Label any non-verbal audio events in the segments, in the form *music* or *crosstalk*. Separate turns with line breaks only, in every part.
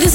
this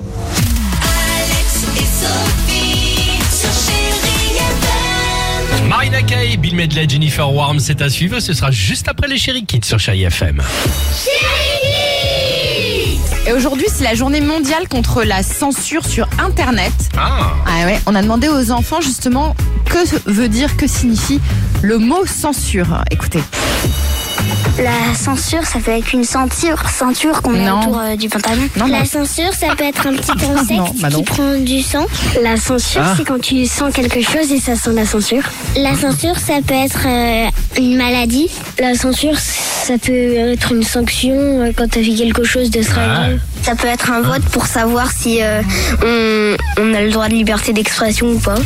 Alex et Sophie sur Chéri FM.
Marina Kaye, Bill Medley, Jennifer Warm, c'est à suivre. Ce sera juste après les Chéri Kids sur Chéri FM.
Et aujourd'hui, c'est la journée mondiale contre la censure sur Internet.
Ah,
Ah ouais, on a demandé aux enfants justement que veut dire, que signifie le mot censure. Écoutez,
La censure, ça fait avec une ceinture, ceinture qu'on met
Non.
autour euh, du pantalon.
Non,
la
non.
censure, ça peut être un
*laughs*
petit insecte
Non, bah non. Ah.
qui prend du sang. La censure, c'est quand tu sens quelque chose et ça sent la censure. La censure, ça peut être euh, une maladie. La censure, ça peut être une sanction euh, quand tu as fait quelque chose de
Ouais.
sérieux. Ça peut être un vote pour savoir si euh, on, on a le droit de liberté d'expression ou pas.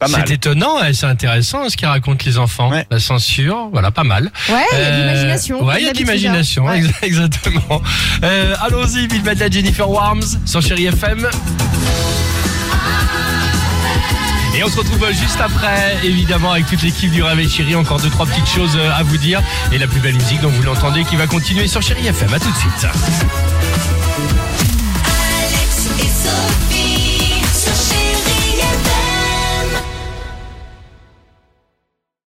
pas mal.
c'est étonnant, hein, c'est intéressant hein, ce qu'ils racontent les enfants.
Ouais.
La censure, voilà, pas mal.
ouais, il y a de
Euh,
l'imagination. hein.
Ouais, il y a de l'imagination,
Ouais.
ex- *laughs* exactement. Euh, Allons-y, Bill Medley, Jennifer Warms sur Chéri FM. Et on se retrouve juste après, évidemment, avec toute l'équipe du Réveil Chéri. Encore deux, trois petites choses euh, à vous dire. Et la plus belle musique dont vous l'entendez qui va continuer sur Chéri FM. À tout de suite.